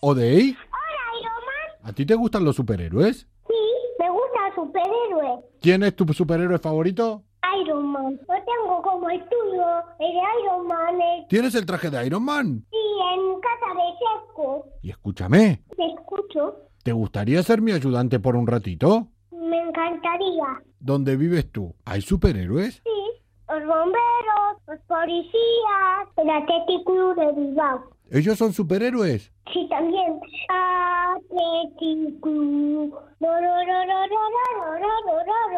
¿O de ahí? Hola, Iron Man. ¿A ti te gustan los superhéroes? Sí, me gusta el superhéroe. ¿Quién es tu superhéroe favorito? Iron Man. Lo tengo como el tuyo, el Iron Man. el- ¿Tienes el traje de Iron Man? Sí, en casa de Checo. Y escúchame, Te escucho. ¿te gustaría ser mi ayudante por un ratito? Me encantaría. ¿Dónde vives tú? ¿Hay superhéroes? Sí, los bomberos, los policías, el Atlético Club de Bilbao. ¿Ellos son superhéroes? Sí, también. Atlético. No, no, no, no, no, no, no, no, no, no,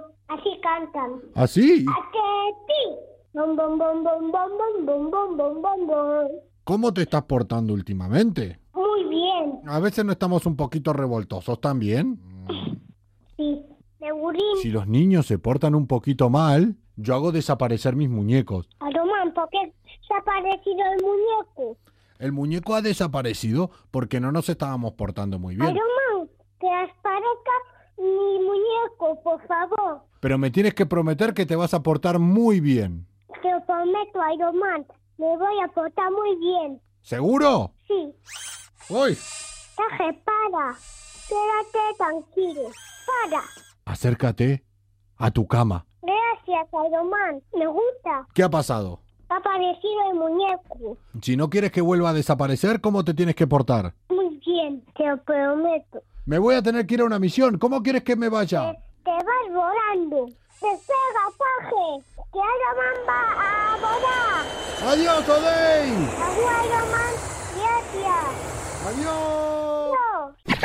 no. Así cantan. ¿Ah, sí? Atleti. Bom, bom, bom, bom, bom, bom, bom, bom, bom, bom, bom. ¿Cómo te estás portando últimamente? Muy bien. A veces no estamos un poquito revoltosos también. Sí. De Gurín. Si los niños se portan un poquito mal, yo hago desaparecer mis muñecos. Aromán, ¿por qué se ha parecido el muñeco? El muñeco ha desaparecido porque no nos estábamos portando muy bien. Aromán, que aparezca mi muñeco, por favor. Pero me tienes que prometer que te vas a portar muy bien. Te lo prometo, Aromán. Me voy a portar muy bien. ¿Seguro? Sí. ¡Uy! Taje, para. Quédate tranquilo. Para. Acércate a tu cama. Gracias, Iron Man. Me gusta. ¿Qué ha pasado? Ha aparecido el muñeco. Si no quieres que vuelva a desaparecer, ¿cómo te tienes que portar? Muy bien, te lo prometo. Me voy a tener que ir a una misión. ¿Cómo quieres que me vaya? Te vas volando. Despega, Taje. Que Iron Man va a volar. ¡Adiós, Odey! Adiós, Iron Man. Gracias. ¡Adiós!